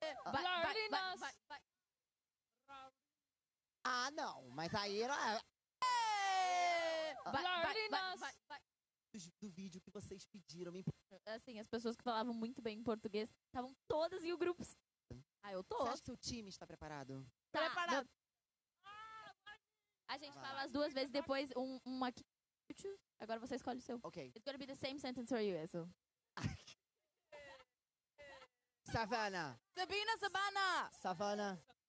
vai, vai, vai, Laurinas. vai, vai. Ah, não, mas aí era. Vai, vai, vai, vai, vai. Dos- do vídeo que vocês pediram. me importa. Assim, as pessoas que falavam muito bem em português estavam todas em grupos. Ah, eu tô. Você acha que o time está preparado? Tá, Preparado. não. A gente Vai. fala as duas vezes, depois um, um aqui. You choose. Agora você escolhe o seu. Ok. It's gonna be the same sentence for you, Esso. Savana. Sabina Sabana! Savana.